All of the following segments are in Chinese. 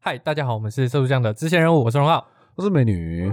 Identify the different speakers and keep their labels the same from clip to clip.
Speaker 1: 嗨，大家好，我们是色素酱的支线任务，我是荣浩。
Speaker 2: 我是美女。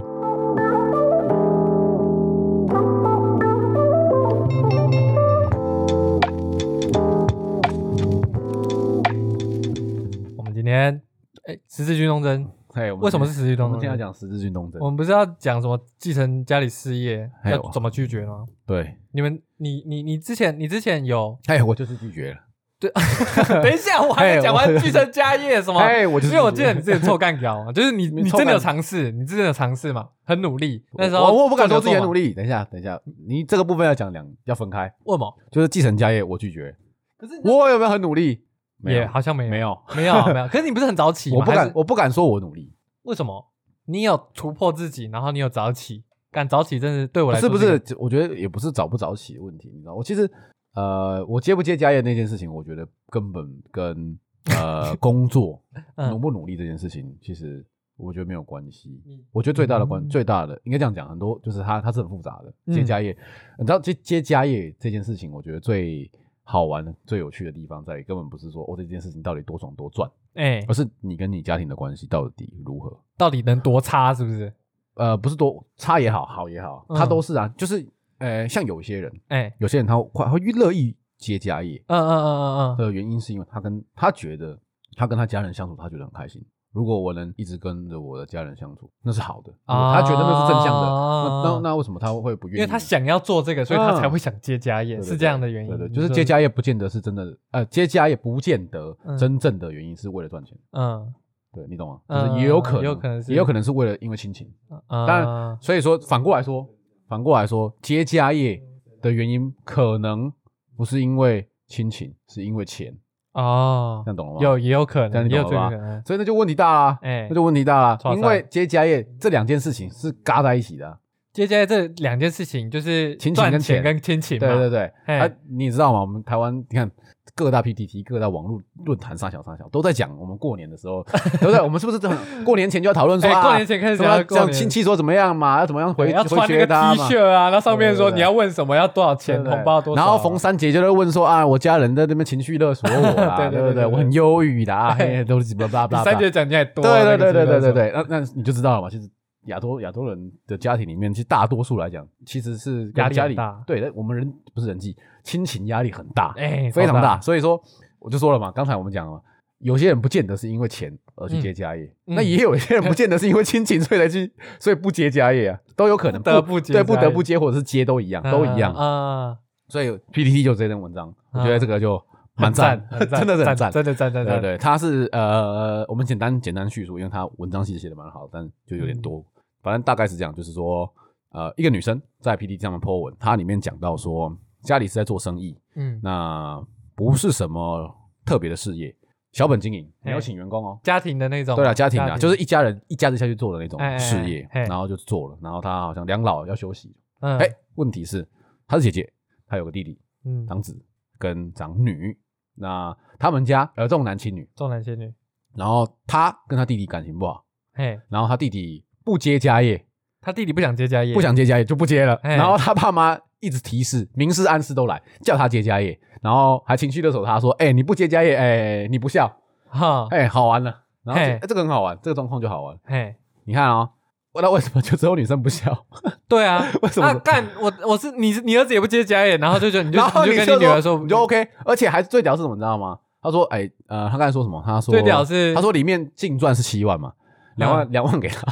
Speaker 1: 我们今天哎，十字军东征，
Speaker 2: 嘿，我们
Speaker 1: 为什么是十字军
Speaker 2: 我
Speaker 1: 东
Speaker 2: 们今天要
Speaker 1: 征？
Speaker 2: 讲十字军东征
Speaker 1: 我？们不是要讲什么继承家里事业
Speaker 2: 还有
Speaker 1: 要怎么拒绝吗？
Speaker 2: 对，
Speaker 1: 你们，你你你之前你之前 有
Speaker 2: 哎，我就是拒绝了。
Speaker 1: 等一下，我还没讲
Speaker 2: 哎
Speaker 1: 完
Speaker 2: 我
Speaker 1: 继承家业什么？
Speaker 2: 哎我就是
Speaker 1: 因为我记得你之前臭干 掉，就是你
Speaker 2: 你
Speaker 1: 你
Speaker 2: 臭
Speaker 1: 真的
Speaker 2: 干
Speaker 1: 有尝试，你真的有尝试嘛？很努力，那时候
Speaker 2: 我我不敢说自己很
Speaker 1: 做
Speaker 2: 努
Speaker 1: 嘛，
Speaker 2: 力。等一下，等一下，你这个部分要讲两，要分开，
Speaker 1: 为什么？
Speaker 2: 就是继承家业，我拒绝。
Speaker 1: 可是
Speaker 2: 我有没有很努力？没
Speaker 1: 也
Speaker 2: 有，
Speaker 1: 好像没有
Speaker 2: 没有，
Speaker 1: 没有啊 没有，可是你不是很早起吗？
Speaker 2: 我不
Speaker 1: 还
Speaker 2: 敢
Speaker 1: 是，
Speaker 2: 我不敢说我努力，
Speaker 1: 为什么？你有突破自己，然后你有早起，干早起真是对我
Speaker 2: 不
Speaker 1: 来
Speaker 2: 是
Speaker 1: 说
Speaker 2: 不
Speaker 1: 一
Speaker 2: 是
Speaker 1: 个？？
Speaker 2: 我觉得也不是早不早起的问题，你知道，我其实呃，我接不接家业那件事情，我觉得根本跟呃工作
Speaker 1: 嗯
Speaker 2: 努不努力这件事情，其实我觉得没有关系。
Speaker 1: 你
Speaker 2: 我觉得最大的关、
Speaker 1: 嗯
Speaker 2: 最大的应该这样讲，很多就是它它是很复杂的
Speaker 1: 嗯
Speaker 2: 接家业，你知道接接家业这件事情，我觉得最好玩、最有趣的地方在于，根本不是说哦这件事情到底多爽多赚，
Speaker 1: 哎、
Speaker 2: 而是你跟你家庭的关系到底如何。
Speaker 1: 到底能多差？是不是？
Speaker 2: 呃，不是多差也好，好也好，
Speaker 1: 嗯
Speaker 2: 它都是啊，就是呃，像有些人，
Speaker 1: 哎、
Speaker 2: 有些人他会会乐意接家业
Speaker 1: 嗯嗯嗯嗯嗯，
Speaker 2: 的原因，是因为他跟他觉得他跟他家人相处，他觉得很开心。如果我能一直跟着我的家人相处，那是好的，
Speaker 1: 啊
Speaker 2: 他觉得那是正向的。
Speaker 1: 啊
Speaker 2: 那那那为什么他会不愿意？
Speaker 1: 因为他想要做这个，所以他
Speaker 2: 嗯
Speaker 1: 才会想接家业，
Speaker 2: 对对
Speaker 1: 是这样的原因。
Speaker 2: 对对，就是接家业不见得是真的，呃，接家业不见得
Speaker 1: 嗯
Speaker 2: 真正的原因是为了赚钱。
Speaker 1: 嗯，
Speaker 2: 对你懂吗？
Speaker 1: 嗯
Speaker 2: 就是也有可能，
Speaker 1: 也有可能是
Speaker 2: 也有可能是为了因为亲情。
Speaker 1: 嗯
Speaker 2: 当然，所以说反过来说，反过来说，接家业的原因可能不是因为亲情，是因为钱，
Speaker 1: 哦
Speaker 2: 这，样懂了吗？
Speaker 1: 有也有可
Speaker 2: 这样
Speaker 1: 能，
Speaker 2: 你
Speaker 1: 也有
Speaker 2: 懂
Speaker 1: 这
Speaker 2: 了
Speaker 1: 个
Speaker 2: 吧
Speaker 1: 可能。
Speaker 2: 所以那就问题大啊啦，
Speaker 1: 哎
Speaker 2: 那就问题大啦
Speaker 1: 哇，塞
Speaker 2: 因为接家业这两件事情是嘎在一起的啊，
Speaker 1: 接家业这两件事情就是
Speaker 2: 亲情
Speaker 1: 赚
Speaker 2: 跟
Speaker 1: 钱
Speaker 2: 钱
Speaker 1: 跟亲情嘛。
Speaker 2: 对对对，
Speaker 1: 嘿
Speaker 2: 啊，你知道吗？我们台湾你看各大 PTT、各大网络论坛上小上小都在讲，我们过年 的时候，对不对？我们是不是都很过年前就要讨论说
Speaker 1: 哎
Speaker 2: 啊，
Speaker 1: 过年前开始
Speaker 2: 怎
Speaker 1: 要
Speaker 2: 么
Speaker 1: 过
Speaker 2: 样
Speaker 1: 年
Speaker 2: 亲戚说怎么样嘛，要怎么样回
Speaker 1: 对要
Speaker 2: 回
Speaker 1: 穿那
Speaker 2: 学
Speaker 1: 个
Speaker 2: 他
Speaker 1: T
Speaker 2: 嘛？
Speaker 1: 恤啊，那上面说
Speaker 2: 对对对
Speaker 1: 你要问什么，要多少钱，
Speaker 2: 对对对
Speaker 1: 红包多少。啊
Speaker 2: 然后逢三节就会问说啊，我家人在那边情绪勒索我
Speaker 1: 对
Speaker 2: 啦，
Speaker 1: 对对
Speaker 2: 对不
Speaker 1: 对对哎
Speaker 2: 对？我很忧郁的啊，
Speaker 1: 对
Speaker 2: 嘿都是巴拉巴
Speaker 1: 比
Speaker 2: 拉。
Speaker 1: 三节奖金还 多。啊
Speaker 2: 对对对
Speaker 1: 那个
Speaker 2: 对
Speaker 1: 是不
Speaker 2: 对
Speaker 1: 是
Speaker 2: 对对，那那你就知道了嘛。其实亚洲亚洲人的家庭里面，其实大多数来讲，其实是跟
Speaker 1: 压力
Speaker 2: 家
Speaker 1: 很
Speaker 2: 里
Speaker 1: 大
Speaker 2: 对，那我们人不是人际，亲情压力很大，
Speaker 1: 哎，
Speaker 2: 非
Speaker 1: 超
Speaker 2: 常大。所以说，我就说了嘛，刚才我们讲了嘛，有些人不见得是因为钱而去接家业，
Speaker 1: 嗯
Speaker 2: 那
Speaker 1: 嗯
Speaker 2: 也有些人不见得是因为亲情所以来去， 所以不接家业啊，都有可能
Speaker 1: 不得不接
Speaker 2: 对，
Speaker 1: 家业嗯
Speaker 2: 不得不接或者是接都一样，都一样。
Speaker 1: 啊，
Speaker 2: 所以 PPT 就这篇文章，我觉得这个就蛮赞，
Speaker 1: 嗯 很赞
Speaker 2: 真的是很
Speaker 1: 赞
Speaker 2: 赞，
Speaker 1: 真的赞赞
Speaker 2: 对
Speaker 1: 赞。
Speaker 2: 对，他是呃，我们简单简单叙述，因为他文章其实写的蛮好，但就有
Speaker 1: 嗯
Speaker 2: 点多。反正大概是这样，就是说，呃，一个女生在 P D 上面 po 文，她里面讲到说，家里是在做生意，
Speaker 1: 嗯，
Speaker 2: 那不是什么特别的事业，小本经营，没有
Speaker 1: 嘿
Speaker 2: 请员工哦。
Speaker 1: 家庭的那种，
Speaker 2: 对啊，家庭啊，就是一家人一家子下去做的那种
Speaker 1: 哎哎
Speaker 2: 事业，
Speaker 1: 哎嘿
Speaker 2: 然后就做了，然后她好像两老要休息，
Speaker 1: 嗯
Speaker 2: 哎，问题是她是姐姐，她有个弟弟，
Speaker 1: 嗯，
Speaker 2: 长子跟长女，那他们家呃重男轻女，
Speaker 1: 重男轻女，
Speaker 2: 然后他跟他弟弟感情不好，
Speaker 1: 嘿，
Speaker 2: 然后他弟弟不接家业，
Speaker 1: 他弟弟不想接家业，
Speaker 2: 不想接家业就不接了。
Speaker 1: 哎
Speaker 2: 然后他爸妈一直提示、明示、暗示都来，叫他接家业，然后还情绪勒索他说：“哎、你不接家业，哎、你不孝，
Speaker 1: 哈，
Speaker 2: 哎、好玩了。”然后、
Speaker 1: 嘿
Speaker 2: 哎这个很好玩，这个状况就好玩。
Speaker 1: 嘿，
Speaker 2: 你看哦，那为什么就只有女生不孝？
Speaker 1: 对啊，
Speaker 2: 为什么
Speaker 1: 啊干我我是你是你儿子也不接家业，然后就就 你就
Speaker 2: 然后
Speaker 1: 你就跟
Speaker 2: 就
Speaker 1: 你女儿
Speaker 2: 说，
Speaker 1: 说，
Speaker 2: 你就 OK，而且还最屌是什么，你知道吗？他说：“哎、呃，他刚才说什么？他说
Speaker 1: 最屌是嗯
Speaker 2: 他说里面净赚是七万嘛，两万两、万给他，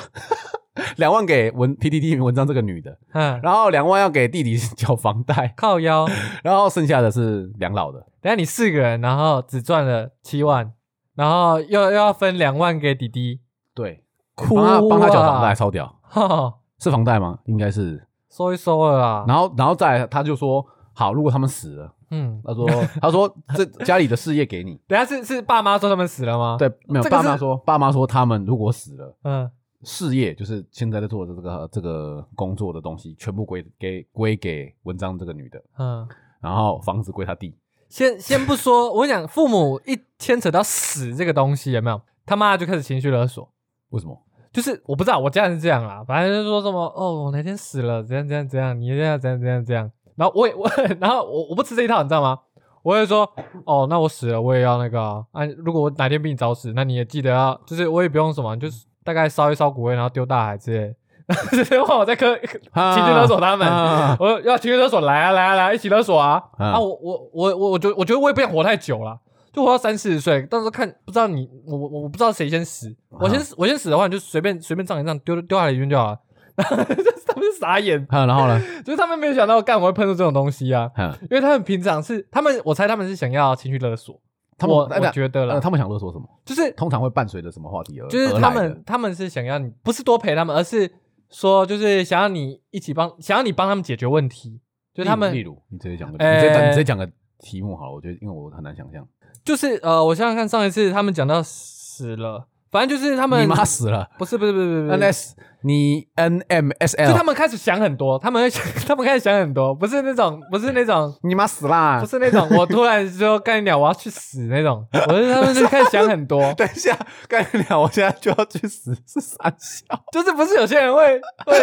Speaker 2: 两万给文 PDD 文章这个女的，
Speaker 1: 嗯，
Speaker 2: 然后两万要给弟弟 缴房贷，
Speaker 1: 靠腰，
Speaker 2: 然后剩下的是两老的，
Speaker 1: 等下你四个人，然后只赚了七万，然后又又要分两万给弟弟，
Speaker 2: 对，
Speaker 1: 哭
Speaker 2: 帮他帮他缴房贷，
Speaker 1: 啊，
Speaker 2: 超屌，
Speaker 1: 哈，
Speaker 2: 是房贷吗？应该是，
Speaker 1: 收一收了啊，
Speaker 2: 然后然后再来他就说。”好，如果他们死了，
Speaker 1: 嗯，
Speaker 2: 他说，他说这家里的事业给你，
Speaker 1: 等下是是爸妈说他们死了吗？，
Speaker 2: 对，没有
Speaker 1: 这个
Speaker 2: 爸
Speaker 1: 是
Speaker 2: 妈说，爸妈说他们如果死了，
Speaker 1: 嗯，
Speaker 2: 事业，就是现在在做的这个这个工作的东西，全部归给归给文章这个女的，
Speaker 1: 嗯，
Speaker 2: 然后房子归他弟。
Speaker 1: 先先不说，我想父母一牵扯到死这个东西，有没有？他妈就开始情绪勒索，
Speaker 2: 为什么？
Speaker 1: 就是我不知道我家人是这样啦，反正就是说什么哦，我哪天 死了，怎样怎样怎样，你一定要怎样怎样怎样。然后我也我，然后我我不吃这一套，你知道吗？我会说哦，那我死了我也要那个啊，啊如果我哪天比你早死，那你也记得要，就是我也不用什么，就是大概烧一烧骨灰，然后丢大海之类的。 就是换我在科情
Speaker 2: 啊
Speaker 1: 绪勒索他们，
Speaker 2: 啊
Speaker 1: 我要情绪勒索来啊来啊来啊，一起勒索啊！
Speaker 2: 啊
Speaker 1: 啊，我我我我我觉得我觉得我也不想活太久了，就活到三四十岁，到时候看不知道你我我我不知道谁先死，
Speaker 2: 啊
Speaker 1: 我先死我先死的话，你就随便随便葬一葬，丢丢海里面就好了。 然后就是他们是傻眼，
Speaker 2: 啊，然后 呢？
Speaker 1: 就是他们没有想到干我会碰出这种东西啊，
Speaker 2: 啊
Speaker 1: 因为他们平常是他们，我猜他们是想要情绪勒索，
Speaker 2: 他们
Speaker 1: 我
Speaker 2: 哎
Speaker 1: 我觉得
Speaker 2: 呃
Speaker 1: 了，
Speaker 2: 他们想勒索什么？
Speaker 1: 就是
Speaker 2: 通常会伴随着什么话题而
Speaker 1: 就是
Speaker 2: 而
Speaker 1: 他
Speaker 2: 来
Speaker 1: 们
Speaker 2: 的
Speaker 1: 他们是想要你不是多陪他们，而是说就是想要你一起帮，想要你帮他们解决问题，就是他
Speaker 2: 例
Speaker 1: 们
Speaker 2: 如例如你直接讲个，
Speaker 1: 哎
Speaker 2: 你直接你直接讲个题目好了，我觉得因为我很难想象，
Speaker 1: 就是呃，我想想看，上一次他们讲到死了，反正就是他们
Speaker 2: 你妈死了
Speaker 1: 不是不是不是不是。
Speaker 2: ，NS 你 NMSL，
Speaker 1: 就他们开始想很多，他们会想， 他们开始想很多，不是那种，不是那种，
Speaker 2: 你妈死啦
Speaker 1: 不！是那种，我突然说干你鸟，我要去死那种，我是他们就开始想很多，
Speaker 2: 等一下，干你娘！我现在就要去死，是傻笑。
Speaker 1: 就是不是有些人会 会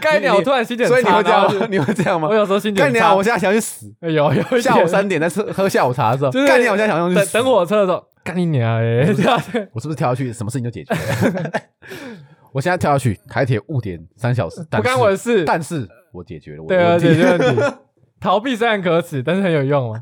Speaker 1: 干你鸟，我突然心情
Speaker 2: 所
Speaker 1: 很
Speaker 2: 以你
Speaker 1: 差，
Speaker 2: 会这
Speaker 1: 然后
Speaker 2: 样
Speaker 1: 就
Speaker 2: 吗？你会这样吗
Speaker 1: 我？有时候心情
Speaker 2: 干
Speaker 1: 很
Speaker 2: 你
Speaker 1: 差
Speaker 2: 娘！我，现在想去死。
Speaker 1: 有有一点
Speaker 2: 下午三点在吃 喝下午茶的时候，
Speaker 1: 就是
Speaker 2: 干你娘！我现在想去
Speaker 1: 等
Speaker 2: 死。
Speaker 1: 等，火车的时候，干你鸟 哎，这样子
Speaker 2: 我是不是跳下去，什么事情就解决了？ 我现在跳下去，台铁误点三小时，
Speaker 1: 不
Speaker 2: 但
Speaker 1: 干我的
Speaker 2: 是
Speaker 1: 事，
Speaker 2: 但是我解决了我
Speaker 1: 对
Speaker 2: 的
Speaker 1: 啊，
Speaker 2: 问
Speaker 1: 解
Speaker 2: 题。
Speaker 1: 决问题。逃避虽然可耻，但是很有用 嘛。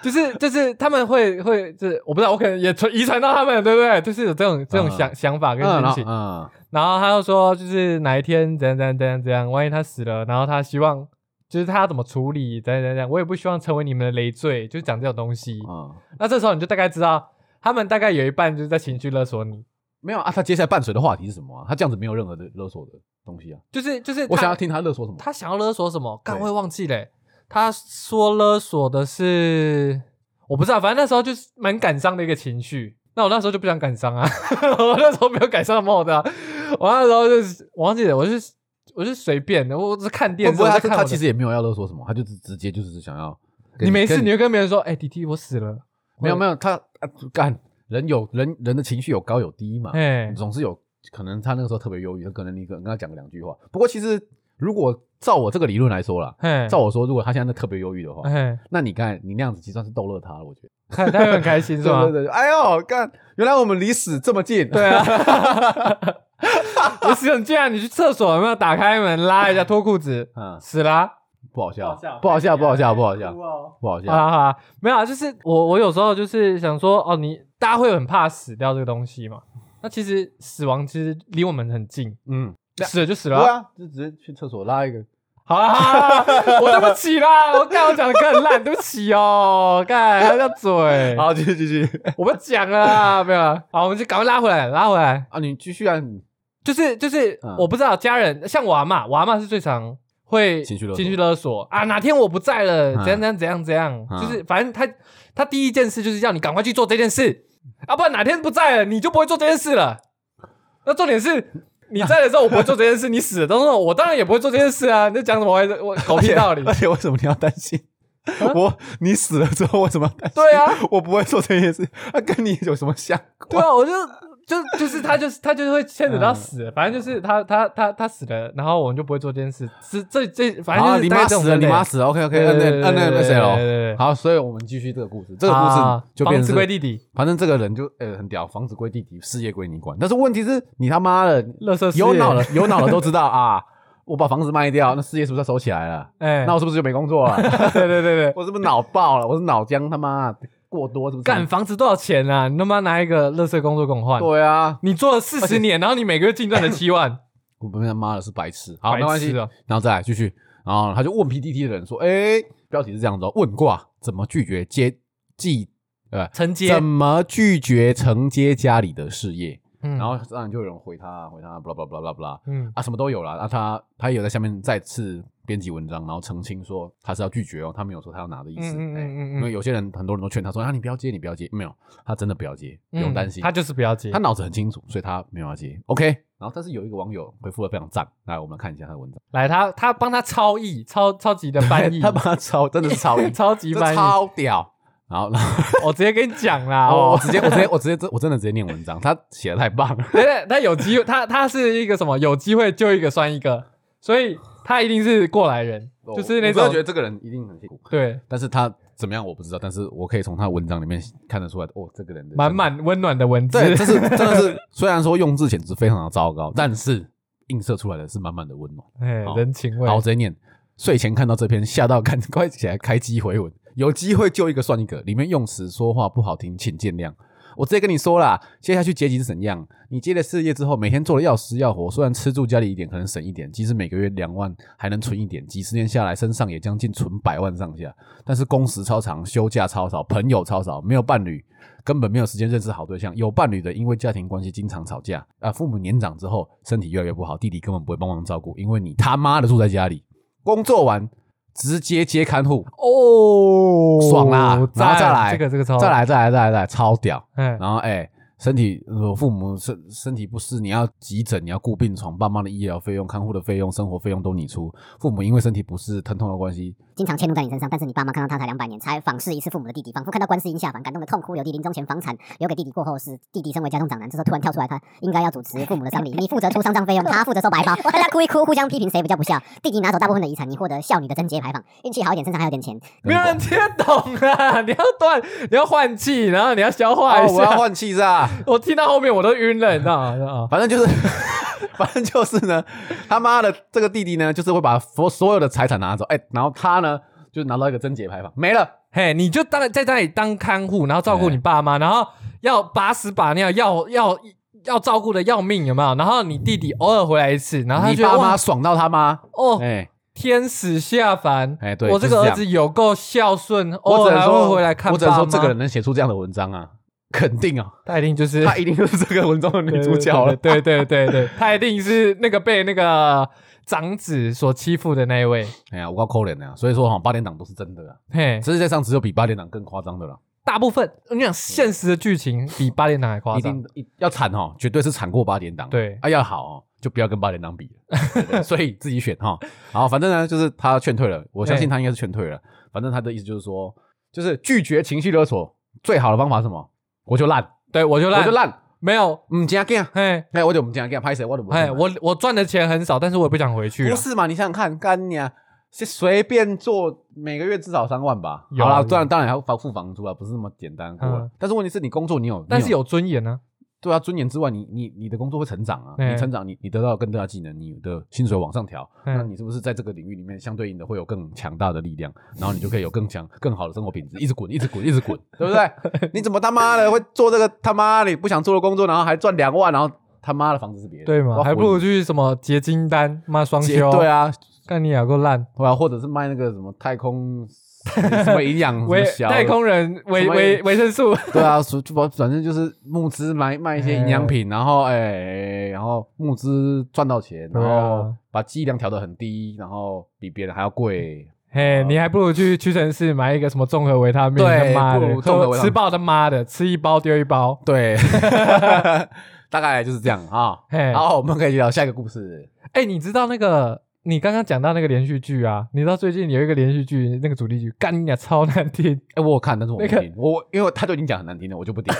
Speaker 1: 就是就是他们会会就是我不知道，我可能也传遗传到他们，对不对？就是有这种这种想、想法跟
Speaker 2: 嗯，
Speaker 1: 心
Speaker 2: 然后
Speaker 1: 情。
Speaker 2: 嗯，
Speaker 1: 然后他又说，就是哪一天怎样怎样怎样怎样，万一他死了，然后他希望就是他要怎么处理，怎样怎样怎样，我也不希望成为你们的累赘，就讲这种东西。
Speaker 2: 嗯，
Speaker 1: 那这时候你就大概知道，他们大概有一半就是在情绪勒索你，
Speaker 2: 没有啊。他接下来伴随的话题是什么啊？他这样子没有任何的勒索的东西啊。
Speaker 1: 就是就是
Speaker 2: 我
Speaker 1: 他
Speaker 2: 想要听他勒索什么？
Speaker 1: 他想要勒索什么？干
Speaker 2: 对
Speaker 1: 我也忘记嘞、他说勒索的是我不知道，反正那时候就是蛮感伤的一个情绪。那我那时候就不想感伤啊， 我那时候没有感伤的 mode 啊。我那时候就是我忘记了，我就是我是随便的，我我只是看电
Speaker 2: 会
Speaker 1: 视，
Speaker 2: 不会
Speaker 1: 我
Speaker 2: 他
Speaker 1: 在看我
Speaker 2: 他
Speaker 1: 的
Speaker 2: 其实也没有要勒索什么，他就是直接就是想要跟
Speaker 1: 你没事，
Speaker 2: 跟
Speaker 1: 你会跟别人说，哎、弟弟我死了，
Speaker 2: 没有没
Speaker 1: 有，
Speaker 2: 有，他啊干人有人人的情绪有高有低嘛，
Speaker 1: 哎、
Speaker 2: 总是有可能他那个时候特别忧郁，可能你可能跟他讲个两句话。不过其实如果照我这个理论来说啦，
Speaker 1: 嘿，
Speaker 2: 照我说，如果他现在特别忧郁的话，
Speaker 1: 哎，
Speaker 2: 那你看你那样子其实算是逗乐他了，我觉得。
Speaker 1: 看他会很开心是吗？
Speaker 2: 对对对，哎呦，干，原来我们离死这么近。
Speaker 1: 对啊， 我死很贱啊！你去厕所有没有打开门拉一下脱裤子？
Speaker 2: 嗯，
Speaker 1: 死啦、
Speaker 2: 不好笑，不好笑，哎不好笑，不好笑，不好
Speaker 1: 好
Speaker 2: 笑。
Speaker 1: 啦好啦，没有啊，就是我我有时候就是想说，哦，你大家会很怕死掉这个东西嘛？那其实死亡其实离我们很近，
Speaker 2: 嗯，对啊
Speaker 1: 死了就死
Speaker 2: 对
Speaker 1: 了啊、
Speaker 2: 啊，就直接去厕所拉一个。
Speaker 1: 好啦好啦，好啦我对不起啦，我刚我讲的歌很烂，对不起哦，干还要嘴，
Speaker 2: 好，继续继续。
Speaker 1: 我不讲了啦，没有啊，好，我们就赶快拉回来，拉回来，
Speaker 2: 啊，你继续啊，你
Speaker 1: 就是就是，
Speaker 2: 嗯
Speaker 1: 我不知道家人像我阿妈，我阿妈是最常会
Speaker 2: 情绪勒
Speaker 1: 索
Speaker 2: 索
Speaker 1: 啊，哪天我不在了，
Speaker 2: 嗯
Speaker 1: 怎样怎样怎样怎样，
Speaker 2: 嗯
Speaker 1: 就是反正他他第一件事就是要你赶快去做这件事，啊，不然哪天不在了，你就不会做这件事了。那重点是。你在的时候我不会做这件事，你死了之后我当然也不会做这件事啊！你在讲什么歪我狗屁 道理
Speaker 2: 而？且为什么你要担心？我你死了之后为什么要担心？
Speaker 1: 对啊，
Speaker 2: 我不会做这件事，那跟你有什么相
Speaker 1: 对
Speaker 2: 关？
Speaker 1: 啊，我就就就是他就是他就是会牵扯到
Speaker 2: 嗯
Speaker 1: 死，反正就是他他他他死了，然后我们就不会做这件事。是这这反正就
Speaker 2: 啊，
Speaker 1: 是
Speaker 2: 你
Speaker 1: 大概
Speaker 2: 妈
Speaker 1: 这种
Speaker 2: 死了，
Speaker 1: 分
Speaker 2: 你
Speaker 1: 类
Speaker 2: 妈死了，OK OK，摁
Speaker 1: 对对
Speaker 2: 摁摁那
Speaker 1: 对
Speaker 2: 个谁
Speaker 1: 对
Speaker 2: 了？
Speaker 1: 对对
Speaker 2: 好，所以我们继续这个故事，这个故
Speaker 1: 啊
Speaker 2: 事就
Speaker 1: 房
Speaker 2: 变成
Speaker 1: 子
Speaker 2: 是
Speaker 1: 归弟弟，
Speaker 2: 反正这个人就呃很屌，房子归弟弟，事业归你管。但是问题是你他妈的
Speaker 1: 垃圾事业
Speaker 2: 有脑了，有脑了都知道 啊，我把房子卖掉，那事业是不是要收起来了？
Speaker 1: 哎，
Speaker 2: 那我是不是就没工作了？
Speaker 1: 对对 对对，
Speaker 2: 我是不是脑爆了？我是脑浆他妈过多是不是？
Speaker 1: 干房子多少钱啊？你他妈拿一个垃圾工作跟我换，
Speaker 2: 对啊，
Speaker 1: 你做了四十年，然后你每个月净赚了七万，
Speaker 2: 我他妈的是白痴。 好，
Speaker 1: 白
Speaker 2: 没关系
Speaker 1: 痴，啊！
Speaker 2: 然后再来继续，然后他就问 PPT 的人说：“哎，标题是这样子哦，问卦怎么拒绝接继呃，
Speaker 1: 承接
Speaker 2: 怎，么拒绝承接家里的事业？”
Speaker 1: 然
Speaker 2: 然后当然就有人回他，回他，blah blah blah blah blah。
Speaker 1: 嗯
Speaker 2: 啊，什么都有啦。啊，他他也有在下面再次编辑文章，然后澄清说他是要拒绝哦，他没有说他要拿的意
Speaker 1: 嗯
Speaker 2: 思。
Speaker 1: 嗯嗯
Speaker 2: 哎
Speaker 1: 嗯嗯
Speaker 2: 因为有些人很多人都劝他说啊，你不要接，你不要接，没有，他真的不要接，不
Speaker 1: 嗯
Speaker 2: 用担心。
Speaker 1: 他就是不要接
Speaker 2: 他，脑子很清楚，所以他没有要接。OK，然后但是有一个网友回复的非常赞，来我们来看一下他的文章。
Speaker 1: 来他他帮他超译，超超级的翻译，
Speaker 2: 他帮他抄，真的 是抄一
Speaker 1: 超级
Speaker 2: 这
Speaker 1: 翻译，
Speaker 2: 超屌。然后，然后
Speaker 1: 我直接跟你讲 啦，哦
Speaker 2: 我我。直接，我直接，我直接，我真的直接念文章，他写的太棒了。
Speaker 1: 对对，他有机会，他他是一个什么？有机会就一个算一个， 所以他一定是过来人，就是那
Speaker 2: 哦我真的
Speaker 1: 种
Speaker 2: 觉得这个人一定很辛苦。
Speaker 1: 对
Speaker 2: 但是他怎么样我不知道，但是我可以从他文章里面看得出来，哦，这个人的
Speaker 1: 满满温暖的文字，
Speaker 2: 对，这是真的 是，虽然说用字简直非常的糟糕，但是映射出来的是满满的温暖。
Speaker 1: 哎
Speaker 2: 好
Speaker 1: 人情味
Speaker 2: 好，。我直接念。睡前看到这篇，吓到赶 快起来开机回文，有机会就一个算一个。里面用词说话不好听，请见谅。我直接跟你说啦，接下去结局是怎样？你接了事业之后，每天做的要死要活，虽然吃住家里一点可能省一点，即使每个月两万还能存一点，几十年下来身上也将近存百万上下。但是工时超长，休假超少，朋友超少，没有伴侣，根本没有时间认识好对象。有伴侣的，因为家庭关系经常吵架啊，父母年长之后身体越来越不好，弟弟根本不会帮忙照顾，因为你他妈的住在家里，工作完直接接看护，
Speaker 1: 哦，
Speaker 2: 爽啦！然后再
Speaker 1: 赞
Speaker 2: 来
Speaker 1: 这个这个超
Speaker 2: 再，来再来再来再来，超屌！
Speaker 1: 哎，
Speaker 2: 然后哎、身体呃父母身身体不适，你要急诊，你要顾病床，爸妈的医疗费用、看护的费用、生活费用都你出。父母因为身体不适、疼痛的关系，
Speaker 3: 经常迁怒在你身上，但是你爸妈看到他才两百年，才访视一次父母的弟弟，仿佛看到观世音下凡，感动的痛哭流涕。临终前房产留给弟弟过后是弟弟身为家中长男，这时候突然跳出来，他应该要主持父母的丧礼，你负责出丧葬费用，他负责收白包，大家哭一哭，互相批评谁比较不孝。弟弟拿走大部分的遗产，你获得孝女的贞洁牌坊，运气好一点，身上还有点钱。
Speaker 1: 没有人听得懂啊！你要断，你要换气，然后你要消化一
Speaker 2: 哦，我要
Speaker 1: 下。
Speaker 2: 换气是吧？
Speaker 1: 我听到后面我都晕了，你知道吗？啊
Speaker 2: 反正就是， 反正就是呢，他妈的这个弟弟呢，就是会把所所有的财产拿走，哎、然后他呢，就是拿到一个贞洁牌坊，没了。
Speaker 1: 嘿，你就当在那里当看护，然后照顾你爸妈，然后要把屎把尿，要要要照顾的要命，有没有？然后你弟弟偶尔回来一次，然后他
Speaker 2: 你
Speaker 1: 就觉
Speaker 2: 爸
Speaker 1: 得
Speaker 2: 妈
Speaker 1: 哇
Speaker 2: 爽到他妈，
Speaker 1: 哦，
Speaker 2: 哎、
Speaker 1: 天使下凡，
Speaker 2: 哎对
Speaker 1: 我这个
Speaker 2: 就是
Speaker 1: 儿
Speaker 2: 这样
Speaker 1: 子有够孝顺，偶
Speaker 2: 我只
Speaker 1: 尔哦
Speaker 2: 能
Speaker 1: 还
Speaker 2: 说
Speaker 1: 会回来看
Speaker 2: 我只能
Speaker 1: 爸
Speaker 2: 说
Speaker 1: 妈
Speaker 2: 这个人能写出这样的文章啊，肯定 啊，
Speaker 1: 他一定就是
Speaker 2: 她一定就是这个文章的女主角了。
Speaker 1: 对对对对对，他一定是那个被那个长子所欺负的那一位。
Speaker 2: 哎呀，我告扣脸啊，所以说哈，八点档都是真的啦，
Speaker 1: 嘿，
Speaker 2: 世界上只有比八点档更夸张的了，
Speaker 1: 大部分我跟你讲现实的剧情比八点档还夸
Speaker 2: 一
Speaker 1: 张
Speaker 2: 定。一要惨哦，绝对是惨过八点档。
Speaker 1: 对
Speaker 2: 啊要好哦，就不要跟八点档比了，对对所 以自己选哈。好，反正呢，就是他劝退了，我相
Speaker 1: 哎
Speaker 2: 信他应该是劝退了。反正他的意思就是说，就是拒绝情绪勒索最好的方法是什么？我就烂，
Speaker 1: 对，我就烂，
Speaker 2: 我就烂，
Speaker 1: 没有。
Speaker 2: 唔加干，
Speaker 1: 嘿，
Speaker 2: 哎，我就唔加干，拍谁我都不会
Speaker 1: 哎，我我赚的钱很少，但是我也不想回去啊
Speaker 2: 不
Speaker 1: 了。
Speaker 2: 是嘛？你想想看，干你啊！是随便做，每个月至少三万吧。
Speaker 1: 有
Speaker 2: 好
Speaker 1: 啊
Speaker 2: 啦，
Speaker 1: 有
Speaker 2: 当然当然还要付付房租啊，不是那么简单。
Speaker 1: 嗯
Speaker 2: 但是问题是你工作你有，
Speaker 1: 但是
Speaker 2: 你有
Speaker 1: 有尊严呢、
Speaker 2: 对啊，尊严之外，你你你的工作会成长啊，
Speaker 1: 对
Speaker 2: 你成长，你你得到更大的技能，你的薪水往上调，
Speaker 1: 嗯
Speaker 2: 那你是不是在这个领域里面相对应的会有更强大的力量，然后你就可以有更强、更好的生活品质，一直滚，一直滚，一直滚，对不对？ 你怎么他妈的会做这个他妈你不想做的工作，然后还赚两万，然后他妈的房子是别人，
Speaker 1: 对
Speaker 2: 我
Speaker 1: 吗？
Speaker 2: 要
Speaker 1: 还不
Speaker 2: 滚
Speaker 1: 如去什么结金单、妈双
Speaker 2: 接
Speaker 1: 休。
Speaker 2: 对，啊，
Speaker 1: 干你俩够烂。
Speaker 2: 对啊，或者是卖那个什么太空什么 营养什么
Speaker 1: 维
Speaker 2: 小的
Speaker 1: 太空人维
Speaker 2: 什么
Speaker 1: 维维生 素，
Speaker 2: 对啊，所就反反正就是募资买卖一些营养品，然后哎、然后募资赚到钱，然
Speaker 1: 对啊
Speaker 2: 后把剂量调得很低，然后比别人还要贵。
Speaker 1: 嘿，你还不如去屈臣氏买一个什么综合维他命，
Speaker 2: 对
Speaker 1: 他妈
Speaker 2: 不
Speaker 1: 的
Speaker 2: 如，综合维他命
Speaker 1: 吃爆他妈的，吃一包丢一包。
Speaker 2: 对， 大概就是这样啊。
Speaker 1: 嘿，
Speaker 2: 好，我们可以聊下一个故事。
Speaker 1: 哎、你知道那个你刚刚讲到那个连续剧啊？你知道最近有一个连续剧，那个主题曲干你俩超难 听，
Speaker 2: 哎、我有看，但是我不
Speaker 1: 那个
Speaker 2: 听，我因为他都已经讲很难听了，我就不 听。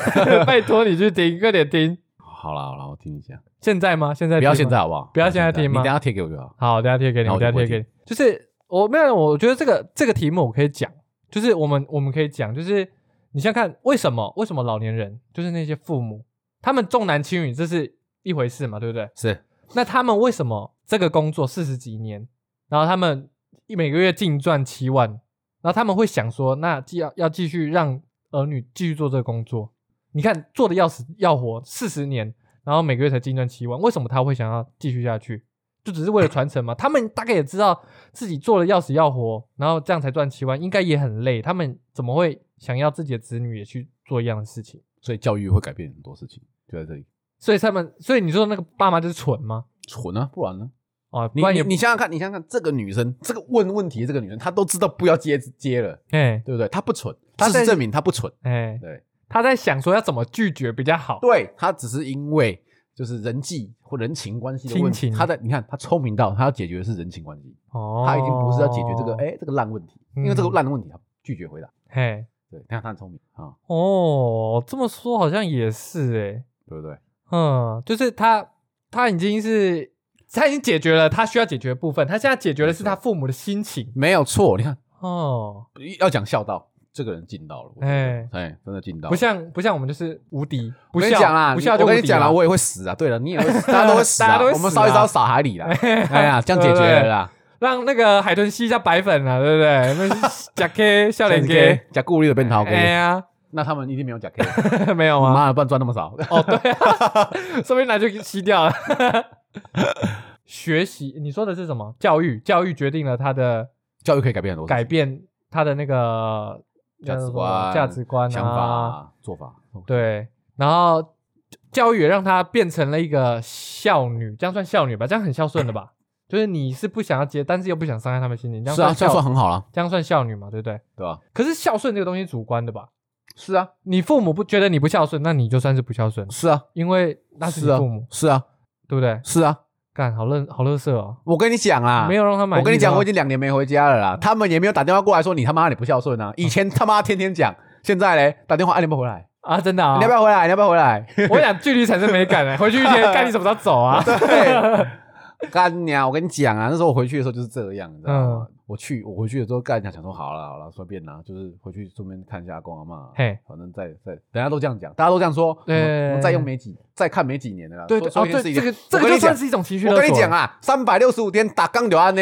Speaker 1: 拜托你去听，快点听。
Speaker 2: 好啦好啦，我听一下，
Speaker 1: 现在吗？现在
Speaker 2: 不要
Speaker 1: 听
Speaker 2: 现
Speaker 1: 吗
Speaker 2: 在。好不好？
Speaker 1: 不要现在听
Speaker 2: 你
Speaker 1: 吗
Speaker 2: 等一下贴给我就好。
Speaker 1: 好，等一下贴给你，
Speaker 2: 那
Speaker 1: 我
Speaker 2: 我
Speaker 1: 等一下
Speaker 2: 就不会
Speaker 1: 贴给你。就是我没有，我觉得这个这个题目我可以讲，就是我们我们可以讲，就是你想想看，为什么为什么老年人就是那些父母，他们重男轻女这是一回事嘛，对不对？
Speaker 2: 是，
Speaker 1: 那他们为什么这个工作四十几年，然后他们一每个月净赚七万，然后他们会想说，那既要要继续让儿女继续做这个工作，你看做的要死要活四十年，然后每个月才净赚七万，为什么他会想要继续下去？就只是为了传 承嘛？他们大概也知道自己做的要死要活，然后这样才赚七万，应该也很累。他们怎么会想要自己的子女也去做一样的事情？
Speaker 2: 所以教育会改变很多事情，就在这里。
Speaker 1: 所以他们，所以你说那个爸妈就是蠢吗？
Speaker 2: 蠢啊，不然呢？
Speaker 1: 啊，
Speaker 2: 你
Speaker 1: 不然
Speaker 2: 你
Speaker 1: 也
Speaker 2: 你想想看，你想想看，这个女生，这个问问题的这个女生，她都知道不要接接了，
Speaker 1: 哎
Speaker 2: 对不对？她不蠢，
Speaker 1: 她
Speaker 2: 事
Speaker 1: 在
Speaker 2: 实证明她不蠢，
Speaker 1: 哎，
Speaker 2: 对
Speaker 1: 他在想说要怎么拒绝比较好。
Speaker 2: 对，她只是因为就是人际或人情关系的问
Speaker 1: 亲
Speaker 2: 题，
Speaker 1: 情
Speaker 2: 她在你看她聪明到她要解决的是人情关系，
Speaker 1: 哦，
Speaker 2: 她已经不是要解决这个哎这个烂问题，因为这个
Speaker 1: 嗯
Speaker 2: 烂的问题她拒绝回答，
Speaker 1: 嘿，
Speaker 2: 对，你看她很聪明啊，
Speaker 1: 哦，这么说好像也是哎、
Speaker 2: 对不对？
Speaker 1: 嗯，就是他他已经是他已经解决了他需要解决的部分，他现在解决的是他父母的心情
Speaker 2: 没有错，你看
Speaker 1: 哦，
Speaker 2: 要讲孝道，这个人尽到了，我觉得
Speaker 1: 哎，
Speaker 2: 哎，真的尽到了。
Speaker 1: 不像不像我们就是无敌，
Speaker 2: 我
Speaker 1: 不
Speaker 2: 跟你
Speaker 1: 笑
Speaker 2: 讲啦，
Speaker 1: 不笑
Speaker 2: 你
Speaker 1: 就无
Speaker 2: 我跟你
Speaker 1: 敌
Speaker 2: 讲啦，
Speaker 1: 了
Speaker 2: 我也会死啊。对了，你也会死，大家都会死
Speaker 1: 大
Speaker 2: 啊
Speaker 1: 家都会。
Speaker 2: 我们
Speaker 1: 死
Speaker 2: 烧一
Speaker 1: 啊
Speaker 2: 烧撒海里啦。 哎呀，这样解决了啦。
Speaker 1: 让那个海豚吸一下白粉了，对不对？那是 假 K 笑脸 K，
Speaker 2: 假顾虑的变桃
Speaker 1: 哎
Speaker 2: K，
Speaker 1: 呀，
Speaker 2: 那他们一定没 有假 K。
Speaker 1: 没有啊吗？
Speaker 2: 妈的，不然赚那么少。
Speaker 1: 哦，对啊，说不定拿去吸掉了。学习，你说的是什么？教育，教育决定了他的
Speaker 2: 教育可以改变很多事
Speaker 1: 改变，他的那个
Speaker 2: 价值观
Speaker 1: 叫什么价值观、啊、
Speaker 2: 想法啊、做法。
Speaker 1: 对，然后教育也让她变成了一个孝女，这样算孝女吧？这样很孝顺的吧？就是你是不想要接，但是又不想伤害他们心情，这样
Speaker 2: 是啊，这
Speaker 1: 孝
Speaker 2: 样算很好了，
Speaker 1: 这样算孝女嘛？对不对？
Speaker 2: 对吧？
Speaker 1: 可是孝顺这个东西主观的吧？
Speaker 2: 是啊，
Speaker 1: 你父母不觉得你不孝顺，那你就算是不孝顺，
Speaker 2: 是啊，
Speaker 1: 因为那是你
Speaker 2: 是啊
Speaker 1: 父母，，
Speaker 2: 是啊，
Speaker 1: 对不对？
Speaker 2: 是啊。
Speaker 1: 干好乐好乐色哦，
Speaker 2: 我跟你讲啊，
Speaker 1: 没有让他满意
Speaker 2: 我
Speaker 1: 的话。
Speaker 2: 跟你讲，我已经两年没回家了啦。他们也没有打电话过来说你他妈你不孝
Speaker 1: 哦
Speaker 2: 顺啊。以前他妈天天讲，现在嘞打电话，哎，你要不要回来？
Speaker 1: 啊，真的啊，
Speaker 2: 你要不要回来？你要不要回来？
Speaker 1: 我想距离产生美感哎，回去一天，干你什么时候走啊？
Speaker 2: 对，干娘，我跟你讲啊，那时候我回去的时候就是这样，你知
Speaker 1: 嗯
Speaker 2: 道吗？我去，我回去的时候干娘想说，好了好了，随便啦，就是回去顺便看一下阿公阿妈，
Speaker 1: 嘿，
Speaker 2: 反正再再，大家都这样讲，大家都这样说，
Speaker 1: 对
Speaker 2: 我们我们再用没几，再看没几年的啦，
Speaker 1: 对
Speaker 2: 说
Speaker 1: 对
Speaker 2: 说
Speaker 1: 哦，
Speaker 2: 一件事
Speaker 1: 对，
Speaker 2: 情
Speaker 1: 这个这
Speaker 2: 我
Speaker 1: 个
Speaker 2: 跟
Speaker 1: 就
Speaker 2: 你讲
Speaker 1: 算，是一种情绪勒
Speaker 2: 我
Speaker 1: 索。
Speaker 2: 跟你讲，啊，三百六十五天打钢流安呢，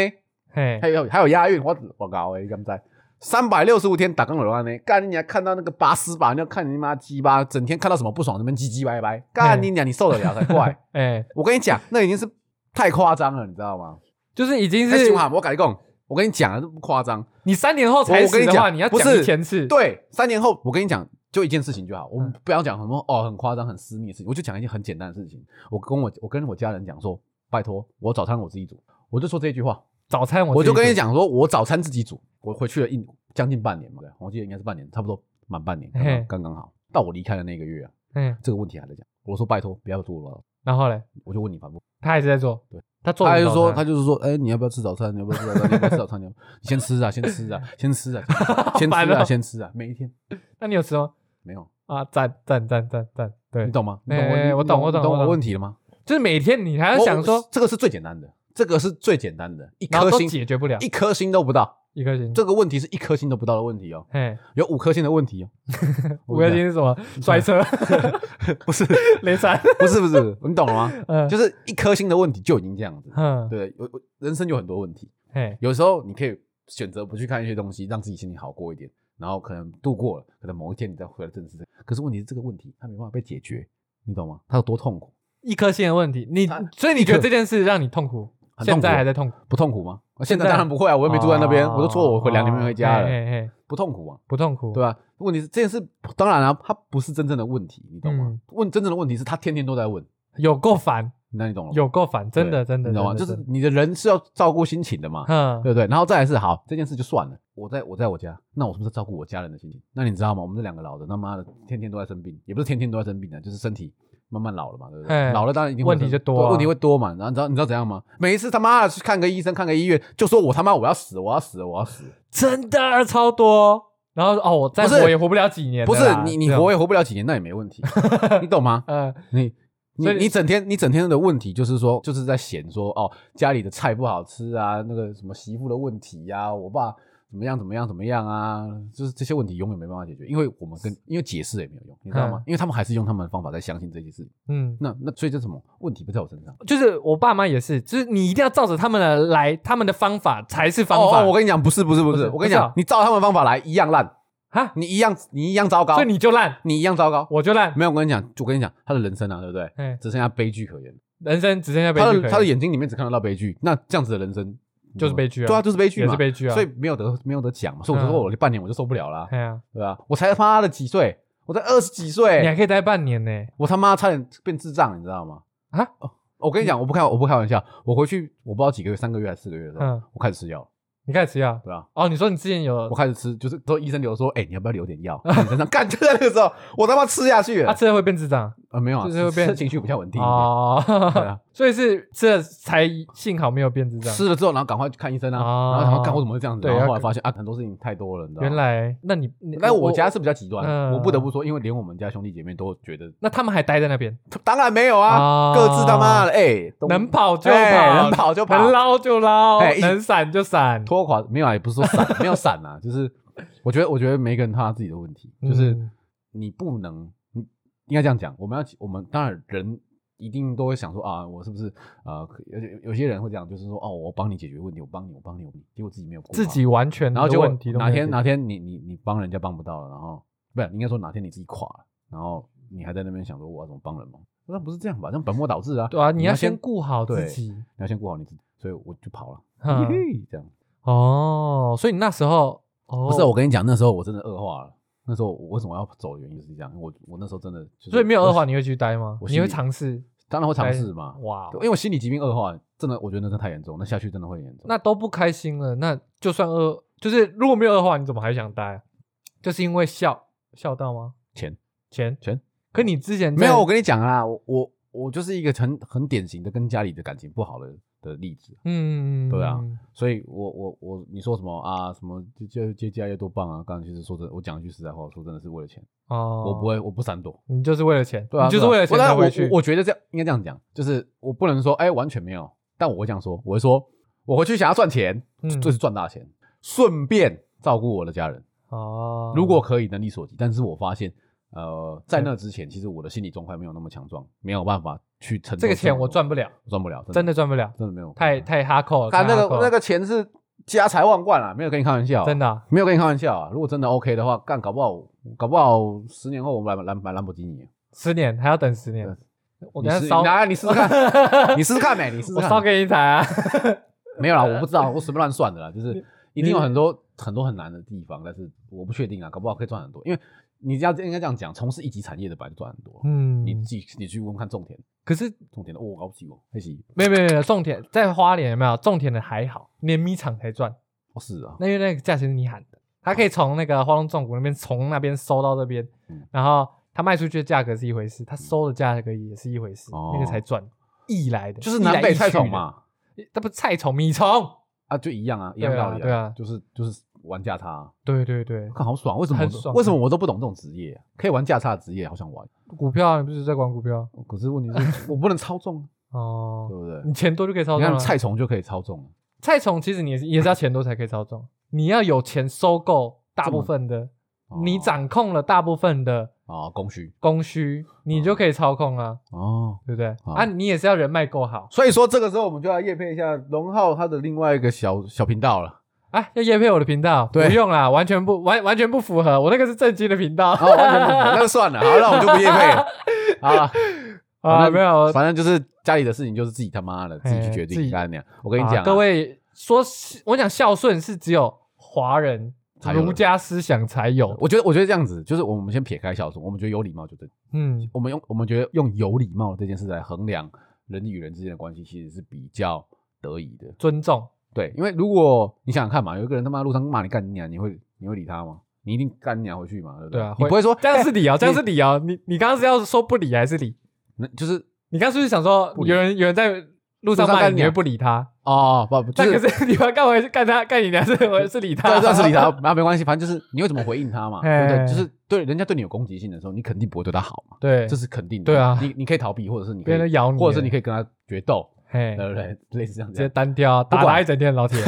Speaker 1: 嘿
Speaker 2: 还，有还有押韵，我我搞哎，干不在。三百六十五天打钢流安呢，干你娘！看到那个拔丝吧，你要看你妈鸡巴，整天看到什么不爽，那边唧唧歪歪，干你娘！你受得了才怪。
Speaker 1: 哎，
Speaker 2: 我跟你讲，那已经是太夸张了，你知道吗？
Speaker 1: 就是已经
Speaker 2: 那
Speaker 1: 是
Speaker 2: 起码我改供，我跟你讲啊，这不夸张。
Speaker 1: 你三年后才
Speaker 2: 我跟
Speaker 1: 死
Speaker 2: 你
Speaker 1: 的话，
Speaker 2: 讲
Speaker 1: 你要
Speaker 2: 不
Speaker 1: 讲
Speaker 2: 是
Speaker 1: 一千次。
Speaker 2: 对，三年后我跟你讲，就一件事情就好，我
Speaker 1: 嗯
Speaker 2: 们不要讲什么哦，很夸张、很私密的事情，我就讲一件很简单的事情。我跟我我跟我家人讲说，拜托，我早餐我自己煮，我就说这句话，
Speaker 1: 早餐我
Speaker 2: 我就
Speaker 1: 自己
Speaker 2: 跟你
Speaker 1: 煮，
Speaker 2: 讲说，我早餐自己煮。我回去了一将近半年嘛，对我记得应该是半年，差不多满半年，刚
Speaker 1: 嘿
Speaker 2: 刚刚刚好。到我离开的那个月啊，
Speaker 1: 嗯，
Speaker 2: 这个问题还在讲。我说拜托，不要做了，
Speaker 1: 然后嘞，
Speaker 2: 我就问你反复。
Speaker 1: 他还是在做，
Speaker 2: 对，
Speaker 1: 他做
Speaker 2: 他
Speaker 1: 什么
Speaker 2: 就说，
Speaker 1: 早
Speaker 2: 他
Speaker 1: 餐
Speaker 2: 就是说，哎、你要不要吃早餐？你要不要吃早餐？你要不要吃早餐？你要不要你先吃啊，先吃啊，先吃啊，先 吃啊，
Speaker 1: 烦
Speaker 2: 先吃
Speaker 1: 哦
Speaker 2: 啊，先吃啊，每一天
Speaker 1: 那你有吃吗？
Speaker 2: 没有，
Speaker 1: 啊，赞赞赞赞赞，对
Speaker 2: 你，懂吗？你
Speaker 1: 哎
Speaker 2: 懂
Speaker 1: 哎
Speaker 2: 我，
Speaker 1: 我
Speaker 2: 你
Speaker 1: 懂我
Speaker 2: 你
Speaker 1: 懂
Speaker 2: 懂
Speaker 1: 我
Speaker 2: 我
Speaker 1: 懂
Speaker 2: 问题了吗？
Speaker 1: 就是每天你还要想说
Speaker 2: 我，这个是最简单的，这个是最简单的，一
Speaker 1: 然后
Speaker 2: 颗
Speaker 1: 都
Speaker 2: 星
Speaker 1: 解决不了，
Speaker 2: 一颗星都不到，
Speaker 1: 一颗星，
Speaker 2: 这个问题是一颗星都不到的问题哦，
Speaker 1: 嘿，
Speaker 2: 有五颗星的问题 哦，
Speaker 1: 五颗星是什么？摔车、
Speaker 2: 不是
Speaker 1: 雷山，
Speaker 2: 不是不是，你懂了吗？
Speaker 1: 嗯，
Speaker 2: 就是一颗星的问题就已经这样子，
Speaker 1: 嗯，
Speaker 2: 对，有有人生有很多问题，
Speaker 1: 嘿，
Speaker 2: 有时候你可以选择不去看一些东西，让自己心里好过一点，然后可能度过了，可能某一天你再回来正视这个。可是问题是这个问题它没办法被解决，你懂吗？它有多痛苦？
Speaker 1: 一颗星的问题，你
Speaker 2: 他
Speaker 1: 所以你觉得
Speaker 2: 啊一颗
Speaker 1: 这件事让你痛苦，
Speaker 2: 很痛
Speaker 1: 现
Speaker 2: 苦
Speaker 1: 在还在痛苦？
Speaker 2: 不痛苦吗？现
Speaker 1: 在
Speaker 2: 在当然不会啊，我又没住在那边，
Speaker 1: 哦
Speaker 2: 我都说我回两年没回家
Speaker 1: 哦
Speaker 2: 了，
Speaker 1: 嘿嘿嘿
Speaker 2: 不痛苦啊，
Speaker 1: 不痛苦，
Speaker 2: 对吧、问题是这件事，当然啊，它不是真正的问题，你懂吗？
Speaker 1: 嗯
Speaker 2: 问真正的问题是他天天都在问，
Speaker 1: 有够烦，
Speaker 2: 那你懂了吗？
Speaker 1: 有够烦，真的
Speaker 2: 对
Speaker 1: 真的，
Speaker 2: 你懂吗？
Speaker 1: 真
Speaker 2: 就
Speaker 1: 的
Speaker 2: 是
Speaker 1: 真的
Speaker 2: 你的人是要照顾心情的嘛，
Speaker 1: 嗯，
Speaker 2: 对不对？然后再来是好，这件事就算了。我在我在我家，那我是不是照顾我家人的心情？那你知道吗？我们这两个老人，他妈的天天都在生病，也不是天天都在生病的，啊就是身体慢慢老了嘛，对不
Speaker 1: 嘿
Speaker 2: 对？老了当然一定会
Speaker 1: 问题就多啊
Speaker 2: 对问题会多嘛。然后你知道你知道怎样吗？每一次他妈的去看个医生，看个医院，就说我他妈我要死，我要死，我要死。
Speaker 1: 真的啊超多。然后哦，我再
Speaker 2: 不是
Speaker 1: 活也活不了几年了
Speaker 2: 不是
Speaker 1: 啦。
Speaker 2: 你你
Speaker 1: 这种
Speaker 2: 活也活不了几年，那也 没问题，你懂吗？
Speaker 1: 呃，
Speaker 2: 你你
Speaker 1: 所以
Speaker 2: 你整天你整天的问题就是说，就是在嫌说哦，家里的菜不好吃啊，那个什么媳妇的问题呀、我爸怎么样怎么样怎么样啊，就是这些问题永远没办法解决，因为我们跟因为解释也没有用，你知道吗
Speaker 1: 嗯？
Speaker 2: 因为他们还是用他们的方法在相信这些事情，
Speaker 1: 嗯，
Speaker 2: 那那所以这什么问题不在我身上？
Speaker 1: 就是我爸妈也是，就是你一定要照着他们的来，他们的方法才是方法。
Speaker 2: 哦哦我跟你讲，不是不是不
Speaker 1: 不
Speaker 2: 是
Speaker 1: 是，
Speaker 2: 我
Speaker 1: 不
Speaker 2: 跟你
Speaker 1: 是
Speaker 2: 讲
Speaker 1: 啊，
Speaker 2: 你照他们方法来一样烂，
Speaker 1: 哈，
Speaker 2: 你一样你一样糟糕
Speaker 1: 所以，你就烂，
Speaker 2: 你一样糟糕。
Speaker 1: 我就烂，
Speaker 2: 没有，我跟你讲，我跟你讲，他的人生啊，对不对？
Speaker 1: 哎，
Speaker 2: 只剩下悲剧可言。
Speaker 1: 人生只剩下悲
Speaker 2: 他
Speaker 1: 剧
Speaker 2: 的他
Speaker 1: 可
Speaker 2: 的
Speaker 1: 以。
Speaker 2: 眼睛里面只看得到悲剧，那这样子的人生
Speaker 1: 就是悲剧啊
Speaker 2: 对啊，就是悲剧
Speaker 1: 也
Speaker 2: 嘛，
Speaker 1: 是悲剧啊
Speaker 2: 所以没有得没有得讲嘛，所以我就
Speaker 1: 嗯
Speaker 2: 说我半年我就受不了啦，
Speaker 1: 哎呀，
Speaker 2: 对吧、我才他妈的几岁，我才二十几
Speaker 1: 你还
Speaker 2: 岁，
Speaker 1: 可以待半年呢。
Speaker 2: 我他妈差点变智障，你知道吗？
Speaker 1: 啊
Speaker 2: 哦，我跟你讲，我不开我不开玩笑，我回去我不知道几个月，三个月还是四个月的时候，
Speaker 1: 嗯
Speaker 2: 我开始吃药，
Speaker 1: 你开始吃药
Speaker 2: 对吧、
Speaker 1: 哦？你说你之前有
Speaker 2: 我开始吃，就是都医生留说，哎、你要不要留点药？你身上干就在那个时候，我他妈吃下去了
Speaker 1: 啊，
Speaker 2: 啊
Speaker 1: 吃了会变智障
Speaker 2: 没有啊，
Speaker 1: 就是会变
Speaker 2: 吃情绪比较稳定一点。对
Speaker 1: 哦
Speaker 2: 啊，
Speaker 1: 所以是这才幸好没有变智障。
Speaker 2: 吃了之后，然后赶快去看医生啊，
Speaker 1: 哦
Speaker 2: 然后想要干我怎么会这样子？
Speaker 1: 对
Speaker 2: 然后
Speaker 1: 要
Speaker 2: 后来发现啊，很多事情太多了，你知道吗？
Speaker 1: 原来，那你你
Speaker 2: 但啊我家是比较极端
Speaker 1: 嗯
Speaker 2: 的，我不得不说，因为连我们家兄弟姐妹都觉得，
Speaker 1: 那他们还待在那边，
Speaker 2: 当然没有
Speaker 1: 哦
Speaker 2: 啊，各自他妈的，哎，都
Speaker 1: 能跑就跑，
Speaker 2: 哎能跑就跑
Speaker 1: 能捞就捞，
Speaker 2: 哎一
Speaker 1: 能闪就闪。
Speaker 2: 拖垮没有啊，也不是说散，没有散啊，就是我觉得，我觉得每一个人他自己的问题，就是
Speaker 1: 嗯
Speaker 2: 你不能，你应该这样讲。我们要，我们当然人一定都会想说啊，我是不是呃，可有有有些人会这样，就是说哦，我帮你解决问题，我帮你，我帮你，我帮你，结果自己没有顾啊
Speaker 1: 自
Speaker 2: 好
Speaker 1: 己，完全
Speaker 2: 然后结
Speaker 1: 就
Speaker 2: 果
Speaker 1: 问题都没
Speaker 2: 哪
Speaker 1: 有
Speaker 2: 天
Speaker 1: 解
Speaker 2: 哪天你你你帮人家帮不到了，然后不是应该说哪天你自己垮了，然后你还在那边想说我要怎么帮人吗？那不是这样吧？这样本末倒置啊！
Speaker 1: 对啊，你
Speaker 2: 要
Speaker 1: 要先
Speaker 2: 先
Speaker 1: 顾好自
Speaker 2: 对嗯
Speaker 1: 己。
Speaker 2: 你要先顾好你自己，所以我就跑了，
Speaker 1: 哼
Speaker 2: 这样。
Speaker 1: 哦，所以你那时候哦，
Speaker 2: 不是，我跟你讲，那时候我真的恶化了。那时候我为什么要走的原因就是这样，我我那时候真的就是，
Speaker 1: 所以没有恶化，
Speaker 2: 我
Speaker 1: 你会去待吗？
Speaker 2: 我
Speaker 1: 你会
Speaker 2: 心里
Speaker 1: 尝试？
Speaker 2: 当然会尝试嘛。
Speaker 1: 哇
Speaker 2: 对，因为我心理疾病恶化，真的我觉得那真的太严重，那下去真的会很严重。
Speaker 1: 那都不开心了，那就算恶，就是如果没有恶化，你怎么还想待？啊就是因为笑笑到吗？
Speaker 2: 钱
Speaker 1: 钱
Speaker 2: 钱
Speaker 1: 可你之前在嗯
Speaker 2: 没有，我跟你讲啊，我我我就是一个很很典型的跟家里的感情不好的的例子，
Speaker 1: 嗯，
Speaker 2: 对啊所以我我我你说什么啊什么就就接家业多棒啊？刚刚其实说真的，我讲一句实在话，我说真的是为了钱，
Speaker 1: 哦，
Speaker 2: 我不，会我不闪躲，
Speaker 1: 你就是为了钱，
Speaker 2: 对啊，
Speaker 1: 你就是
Speaker 2: 对啊
Speaker 1: 为了钱
Speaker 2: 我当
Speaker 1: 才
Speaker 2: 然
Speaker 1: 回去。
Speaker 2: 我我觉得这样应该这样讲，就是我不能说哎、完全没有，但我会这样说，我会说我回去想要赚钱，
Speaker 1: 嗯
Speaker 2: 就是赚大钱，顺便照顾我的家人，
Speaker 1: 哦，嗯
Speaker 2: 如果可以能力所及。但是我发现，呃，在那之前，其实我的心理状态没有那么强壮，没有办法去承受
Speaker 1: 这个钱
Speaker 2: 么
Speaker 1: 我
Speaker 2: 多
Speaker 1: 赚不了，
Speaker 2: 赚不了，
Speaker 1: 真
Speaker 2: 的
Speaker 1: 的赚不了，
Speaker 2: 真的没有
Speaker 1: 太太哈扣了，
Speaker 2: 干那
Speaker 1: 太哈扣
Speaker 2: 个
Speaker 1: 了
Speaker 2: 那个钱是家财万贯啊，没有跟你开玩笑啊、
Speaker 1: 真的啊
Speaker 2: 没有跟你开玩笑啊！如果真的 OK 的话，干搞不好，搞不好十年后我买买买兰博基尼啊，
Speaker 1: 十年还要等十年，我等下
Speaker 2: 你试
Speaker 1: 烧，
Speaker 2: 拿来你试试看，你试试看没？你试试
Speaker 1: 我
Speaker 2: 看。
Speaker 1: 烧给你一台 啊，
Speaker 2: 没有啦，我不知道，我随便乱算的啦，就是一定有很多很多很难的地方，但是我不确定啊，搞不好可以赚很多，因为你要应该这样讲，从事一级产业的本来就赚很多。
Speaker 1: 嗯
Speaker 2: 你，自己你去问问看种田，
Speaker 1: 可是
Speaker 2: 种田的哦，高级哦，还行
Speaker 1: 没有没有没有，种田在花莲有没有种田的还好，连米厂才赚，
Speaker 2: 哦是啊，
Speaker 1: 那因为那个价钱是你喊的，他可以从那个花东重谷那边从那边收到这边，
Speaker 2: 嗯
Speaker 1: 然后他卖出去的价格是一回事，他收的价格也是一回事，
Speaker 2: 哦
Speaker 1: 那个才赚一来的，
Speaker 2: 就是南北菜
Speaker 1: 虫
Speaker 2: 虫，嘛，
Speaker 1: 那不菜虫米虫，
Speaker 2: 啊就一样啊，一样道理
Speaker 1: 对啊
Speaker 2: 就是就是玩价差啊，
Speaker 1: 对对对，
Speaker 2: 看好爽，为什么我
Speaker 1: 很爽
Speaker 2: 为什么我都不懂这种职业啊，可以玩价差的职业好想玩，
Speaker 1: 股票啊你不是在管股票
Speaker 2: 哦可是问题是我不能操纵啊， 对
Speaker 1: 哦，
Speaker 2: 不对？
Speaker 1: 你钱多就可以操
Speaker 2: 你
Speaker 1: 纵
Speaker 2: 看
Speaker 1: 了。
Speaker 2: 菜虫就可以操纵了，
Speaker 1: 菜虫其实你也是也是要钱多才可以操纵，你要有钱收购大部分的，
Speaker 2: 哦
Speaker 1: 你掌控了大部分的
Speaker 2: 啊供需
Speaker 1: 供需，你就可以操控啊，
Speaker 2: 哦，
Speaker 1: 对不对？
Speaker 2: 哦
Speaker 1: 啊，你也是要人脉够好。
Speaker 2: 所以说这个时候我们就要夜配一下龙浩他的另外一个小小频道了，
Speaker 1: 啊，要叶配我的频道？
Speaker 2: 对
Speaker 1: 不用啦，完全不完完全不符合，我那个是正经的频道。
Speaker 2: 啊，完全不符合那就算了，好，那我们就不夜配了，好了，反
Speaker 1: 啊，
Speaker 2: 正
Speaker 1: 没有，
Speaker 2: 反正就是家里的事情就是自己他妈的自己去决
Speaker 1: 嘿自
Speaker 2: 定，
Speaker 1: 己
Speaker 2: 干那样。我跟你讲啊，
Speaker 1: 啊各位说，我讲孝顺是只有华人
Speaker 2: 才有的
Speaker 1: 儒家思想才有。
Speaker 2: 我觉得我觉得这样子，就是我们先撇开孝顺，我们觉得有礼貌就对，
Speaker 1: 嗯，
Speaker 2: 我们用我们觉得用有礼貌这件事来衡量人与人之间的关系，其实是比较得宜的。
Speaker 1: 尊重。
Speaker 2: 对，因为如果你想想看嘛，有一个人他妈路上骂你干你啊娘，你会你会理他吗？你一定干你娘回去嘛，对不
Speaker 1: 对啊，
Speaker 2: 你不会说
Speaker 1: 这样是理啊，
Speaker 2: 哎
Speaker 1: 这样是理啊。你你刚刚是要说不理还是理？
Speaker 2: 那就是
Speaker 1: 你刚刚是不是想说
Speaker 2: 不理
Speaker 1: 有人有人在路上
Speaker 2: 路上
Speaker 1: 骂
Speaker 2: 干
Speaker 1: 你，
Speaker 2: 你
Speaker 1: 你
Speaker 2: 啊
Speaker 1: 会不理他？
Speaker 2: 哦不，就
Speaker 1: 但
Speaker 2: 是
Speaker 1: 可是 你要干回去干他干你娘是我是理 他，
Speaker 2: 对，这是理他，然后没关系，反正就是你会怎么回应 他嘛，对不
Speaker 1: 哎
Speaker 2: 对？就是对人家对你有攻击性的时候，你肯定不会对他好嘛，
Speaker 1: 对，
Speaker 2: 这是肯定的。
Speaker 1: 对啊
Speaker 2: 你你可以逃避，或者是你可
Speaker 1: 别人
Speaker 2: 以
Speaker 1: 咬你，
Speaker 2: 或者是你可以跟他决斗，
Speaker 1: 嘿，
Speaker 2: 对不对？类似这样
Speaker 1: 直
Speaker 2: 子
Speaker 1: 接，单挑，打
Speaker 2: 管
Speaker 1: 他一整天老铁，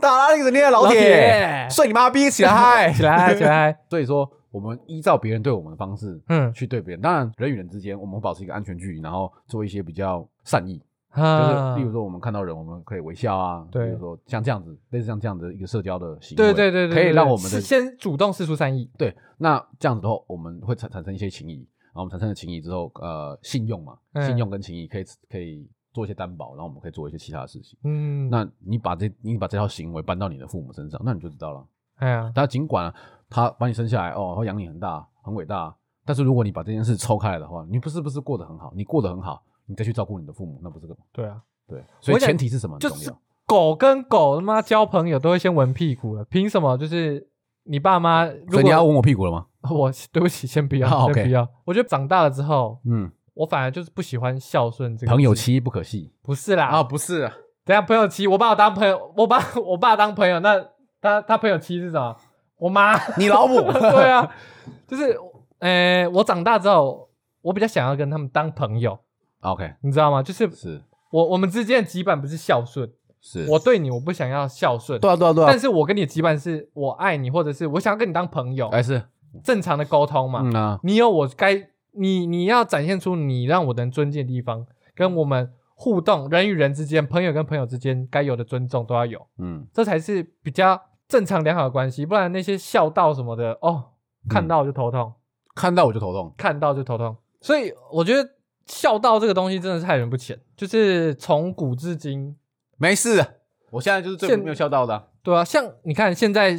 Speaker 2: 打了一整天的 老铁，睡你妈逼，起来
Speaker 1: 起！来，起来，
Speaker 2: 所以说，我们依照别人对我们的方式
Speaker 1: 嗯，
Speaker 2: 去对别人，当然人与人之间，我们会保持一个安全距离，然后做一些比较善意，就是
Speaker 1: 啊
Speaker 2: 例如说我们看到人，我们可以微笑啊，
Speaker 1: 对
Speaker 2: 比如说像这样子，类似像这样的一个社交的行为，
Speaker 1: 对对对对，
Speaker 2: 可
Speaker 1: 对
Speaker 2: 以让我们
Speaker 1: 是
Speaker 2: 的
Speaker 1: 先主动释出善意，
Speaker 2: 对，那这样子的话，我们会产产生一些情谊，然后我们产生了情谊之后，呃，信用嘛，
Speaker 1: 嗯
Speaker 2: 信用跟情谊可以可以做一些担保，然后我们可以做一些其他的事情。
Speaker 1: 嗯，
Speaker 2: 那你把这你把这套行为搬到你的父母身上，那你就知道了。
Speaker 1: 哎呀，
Speaker 2: 但尽管他把你生下来，哦，他养你很大，很伟大，但是如果你把这件事抽开来的话，你不是不是过得很好，你过得很好，你再去照顾你的父母，那不是个
Speaker 1: 对啊，
Speaker 2: 对。所
Speaker 1: 我
Speaker 2: 以
Speaker 1: 想
Speaker 2: 前提是什么很
Speaker 1: 就
Speaker 2: 重
Speaker 1: 是
Speaker 2: 要？
Speaker 1: 狗跟狗他妈交朋友都会先闻屁股了，凭什么？就是你爸妈，
Speaker 2: 所
Speaker 1: 如
Speaker 2: 以你要
Speaker 1: 果
Speaker 2: 问我屁股了吗？
Speaker 1: 我对不起，先不
Speaker 2: 好
Speaker 1: 要，
Speaker 2: ，OK
Speaker 1: 先不要。我觉得长大了之后，
Speaker 2: 嗯，
Speaker 1: 我反而就是不喜欢孝顺这个
Speaker 2: 朋友
Speaker 1: 字
Speaker 2: 妻不可戏
Speaker 1: 不是啊啦，
Speaker 2: 不是，
Speaker 1: 等一下朋友妻，我把我当朋友，我把我爸当朋友，那他他朋友妻是什么？我妈。
Speaker 2: 你老母
Speaker 1: 对啊，就是，呃，我长大之后，我比较想要跟他们当朋友，
Speaker 2: ，OK，
Speaker 1: 你知道吗？就是
Speaker 2: 是
Speaker 1: 我我们之间的羁绊不是孝顺，
Speaker 2: 是
Speaker 1: 我对你我不想要孝顺，
Speaker 2: 对啊对啊对啊
Speaker 1: 但，是我跟你的羁绊是我爱你，或者是我想要跟你当朋友，
Speaker 2: 还哎是
Speaker 1: 正常的沟通嘛。
Speaker 2: 嗯啊，
Speaker 1: 你有我该你你要展现出你让我能尊敬的地方，跟我们互动人与人之间、朋友跟朋友之间该有的尊重都要有，
Speaker 2: 嗯，
Speaker 1: 这才是比较正常良好的关系。不然那些孝道什么的，哦，
Speaker 2: 嗯
Speaker 1: 看到就头痛，
Speaker 2: 看到我就头痛，
Speaker 1: 看到就头痛。所以我觉得孝道这个东西真的是害人不浅，就是从古至今，
Speaker 2: 没事，我现在就是最
Speaker 1: 现
Speaker 2: 没有孝道的啊，
Speaker 1: 对啊，像你看现在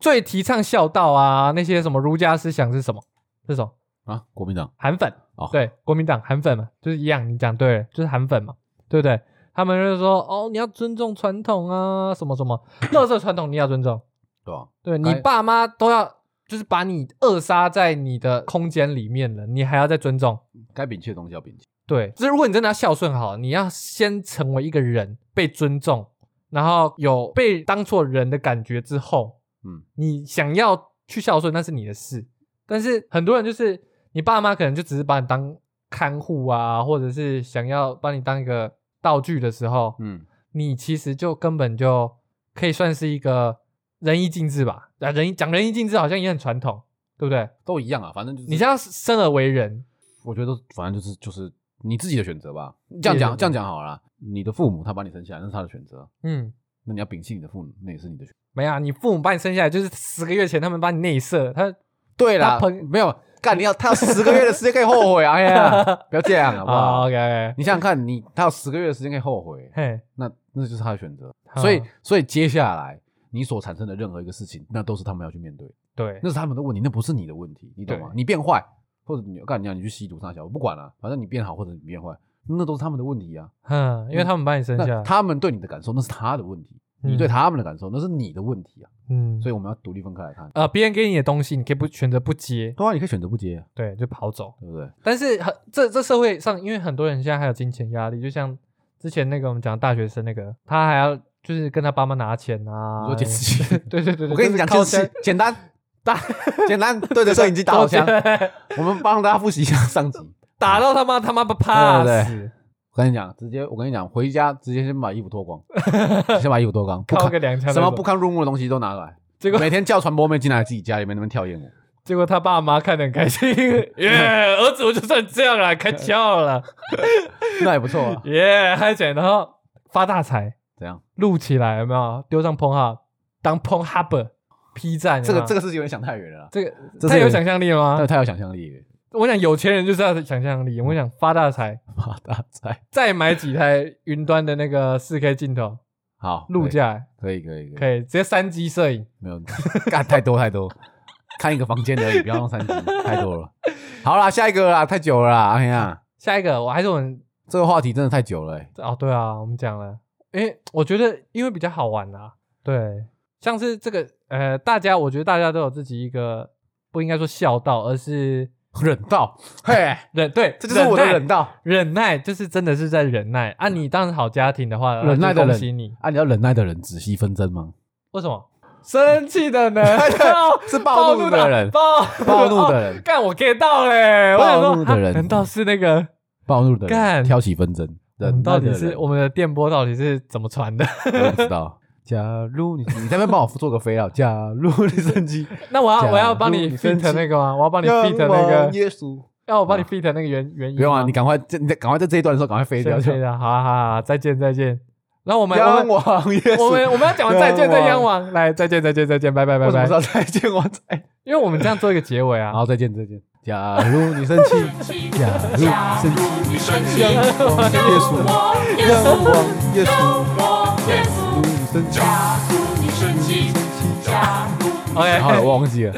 Speaker 1: 最提倡孝道啊，那些什么儒家思想是什么？是什么？
Speaker 2: 啊国民党
Speaker 1: 韩粉
Speaker 2: 哦
Speaker 1: 对，国民党韩粉嘛，就是一样，你讲对了，就是韩粉嘛，对不对？他们就是说，哦，你要尊重传统啊，什么什么，乐色传统你要尊重，
Speaker 2: 对吧？
Speaker 1: 对你
Speaker 2: 该
Speaker 1: 爸妈都要，就是把你扼杀在你的空间里面了，你还要再尊重，
Speaker 2: 该摒弃的东西要摒弃，
Speaker 1: 对，就是如果你真的要孝顺好，你要先成为一个人，被尊重，然后有被当做人的感觉之后，
Speaker 2: 嗯，
Speaker 1: 你想要去孝顺那是你的事，但是很多人就是你爸妈可能就只是把你当看护啊，或者是想要把你当一个道具的时候，
Speaker 2: 嗯，
Speaker 1: 你其实就根本就可以算是一个仁义尽至吧。啊，仁义讲仁义尽至好像也很传统，对不对？
Speaker 2: 都一样啊，反正就是
Speaker 1: 你现在生而为人，
Speaker 2: 我觉得反正就是就是你自己的选择吧。这样讲这样讲好了啦，你的父母他把你生下来，那是他的选择，
Speaker 1: 嗯，
Speaker 2: 那你要摒弃你的父母，那也是你的选择。
Speaker 1: 没啊，你父母把你生下来就是十个月前，他们把你内射，他
Speaker 2: 对
Speaker 1: 啦
Speaker 2: 啦，没有干，你要他有十个月的时间可以后悔啊！哎呀，不要这样好不
Speaker 1: 啊、
Speaker 2: 好
Speaker 1: o？k
Speaker 2: 你想想看，你他有十个月的时间可以后悔，
Speaker 1: 嘿，
Speaker 2: 那那就是他的选择。
Speaker 1: 好
Speaker 2: 所以所以接下来你所产生的任何一个事情，那都是他们要去面对，
Speaker 1: 对，
Speaker 2: 那是他们的问题，那不是你的问题，你懂吗？
Speaker 1: 对
Speaker 2: 你变坏，或者你干你要你去吸毒上小，我不管了、反正你变好或者你变坏，那都是他们的问题啊。
Speaker 1: 嗯，因为他们把你生下
Speaker 2: 那
Speaker 1: 来，
Speaker 2: 他们对你的感受那是他的问题，你对
Speaker 1: 嗯
Speaker 2: 他们的感受那是你的问题啊，
Speaker 1: 嗯，
Speaker 2: 所
Speaker 1: 所以
Speaker 2: 以我们要独立分开来看。
Speaker 1: 呃，别人给你的东西，你可以不选择不接，
Speaker 2: 对啊，你可以选择不接啊，
Speaker 1: 对，就跑走。
Speaker 2: 对不对？
Speaker 1: 但是很这这社会上，因为很多人现在还有金钱压力，就像之前那个我们讲的大学生那个，他还要就是跟他爸妈拿钱啊，，
Speaker 2: 你说捡自己
Speaker 1: 对对对，对
Speaker 2: 我跟你讲，就
Speaker 1: 靠
Speaker 2: 是
Speaker 1: 钱
Speaker 2: 简单
Speaker 1: 打，
Speaker 2: 简单对着摄影机打火枪
Speaker 1: 对
Speaker 2: 我们帮大家复习一下上集。
Speaker 1: 打到他妈他妈不怕
Speaker 2: 对对
Speaker 1: 死，
Speaker 2: 我跟你讲，直接我跟你讲，回家直接先把衣服脱光，先把衣服脱光，不
Speaker 1: 靠
Speaker 2: 堪
Speaker 1: 个两枪，
Speaker 2: 什么不？堪入目的东西都拿来，
Speaker 1: 结果
Speaker 2: 每天叫传播妹进来自己家里面那边跳艳舞，
Speaker 1: 结果他爸妈看得很开心， 耶、儿子我就算这样了，开窍了，
Speaker 2: 那也不错啊。
Speaker 1: 耶、嗨姐，然后哦发大财，
Speaker 2: 怎样？
Speaker 1: 录起来有没有？丢上 p o n h u b 当 p o n h u b P 站
Speaker 2: 这个
Speaker 1: 个
Speaker 2: 这个事情有点想太远了啦，
Speaker 1: 这个，
Speaker 2: 这
Speaker 1: 他
Speaker 2: 是
Speaker 1: 有
Speaker 2: 有
Speaker 1: 想象力吗
Speaker 2: 但？太有想象力了，
Speaker 1: 我想有钱人就是要想象力，我想发大财，
Speaker 2: 发大财。
Speaker 1: 再买几台云端的那个四 K 镜头
Speaker 2: 好，
Speaker 1: 录
Speaker 2: 家
Speaker 1: 下来，
Speaker 2: 可以可以可以。
Speaker 1: 可以直接三 G 摄影。
Speaker 2: 没有， 干太多太多，看一个房间而已，不要用三 级，太多了。好啦，下一个啦，太久了啦，哎呀，
Speaker 1: 下一个我还是我们
Speaker 2: 这个话题真的太久了、欸。
Speaker 1: 哦，对啊，我们讲了，因为我觉得因为比较好玩啊，对，像是这个呃，大家我觉得大家都有自己一个不应该说孝道，而是
Speaker 2: 忍道，嘿，
Speaker 1: 忍对，
Speaker 2: 这就是我的忍
Speaker 1: 耐，
Speaker 2: 道
Speaker 1: 忍耐就是真的是在忍耐啊。你当然好家庭的话，呃
Speaker 2: 忍
Speaker 1: 那
Speaker 2: 耐的
Speaker 1: 就恭
Speaker 2: 忍
Speaker 1: 喜你，
Speaker 2: 啊！你要忍耐的人，仔细纷争 吗？
Speaker 1: 为什么？生气的人
Speaker 2: 是暴怒的 人
Speaker 1: 暴
Speaker 2: 暴怒的
Speaker 1: 哦
Speaker 2: 人，
Speaker 1: 干我 get 到嘞！我想
Speaker 2: 暴
Speaker 1: 说，
Speaker 2: 怒的
Speaker 1: 哈
Speaker 2: 人
Speaker 1: 难道是那个
Speaker 2: 暴怒的
Speaker 1: 干
Speaker 2: 人，挑起纷争，
Speaker 1: 我们
Speaker 2: 忍
Speaker 1: 到
Speaker 2: 耐的
Speaker 1: 底
Speaker 2: 人
Speaker 1: 是我们的电波到底是怎么传的？
Speaker 2: 我不知道。 假如你你在那边帮我做个飞啊料， 假如你生气，
Speaker 1: 那我
Speaker 2: 假
Speaker 1: 要
Speaker 2: 如
Speaker 1: 我要帮你
Speaker 2: 你生
Speaker 1: fit
Speaker 2: 气
Speaker 1: 那个吗？我要帮你 fit 那
Speaker 2: 仰
Speaker 1: 个
Speaker 2: 望耶稣，
Speaker 1: 要我帮你
Speaker 2: 啊
Speaker 1: fit 那个原原因吗？
Speaker 2: 不用啊！你赶快，这你赶快在这一段的时候赶快飞
Speaker 1: 对
Speaker 2: 掉，就
Speaker 1: 对的，好啊好啊，再见再见。然后我们我
Speaker 2: 仰
Speaker 1: 们
Speaker 2: 望耶稣。
Speaker 1: 我们我们要讲完再见再见
Speaker 2: 仰
Speaker 1: 完，来再见再见再见，拜拜拜
Speaker 2: 为什么
Speaker 1: 拜
Speaker 2: 知。道再见我再
Speaker 1: 因为我们这样做一个结尾啊
Speaker 2: 然。后再见再见。假如你生气， 假如你生气，
Speaker 4: 你生气，
Speaker 2: 仰望耶稣，仰望耶稣，
Speaker 4: 耶
Speaker 2: 假如
Speaker 4: 稣，
Speaker 2: 你生气，
Speaker 4: 假如你生气，
Speaker 2: 生气。
Speaker 4: 假如
Speaker 2: 然后我
Speaker 1: OK，
Speaker 2: 忘记了，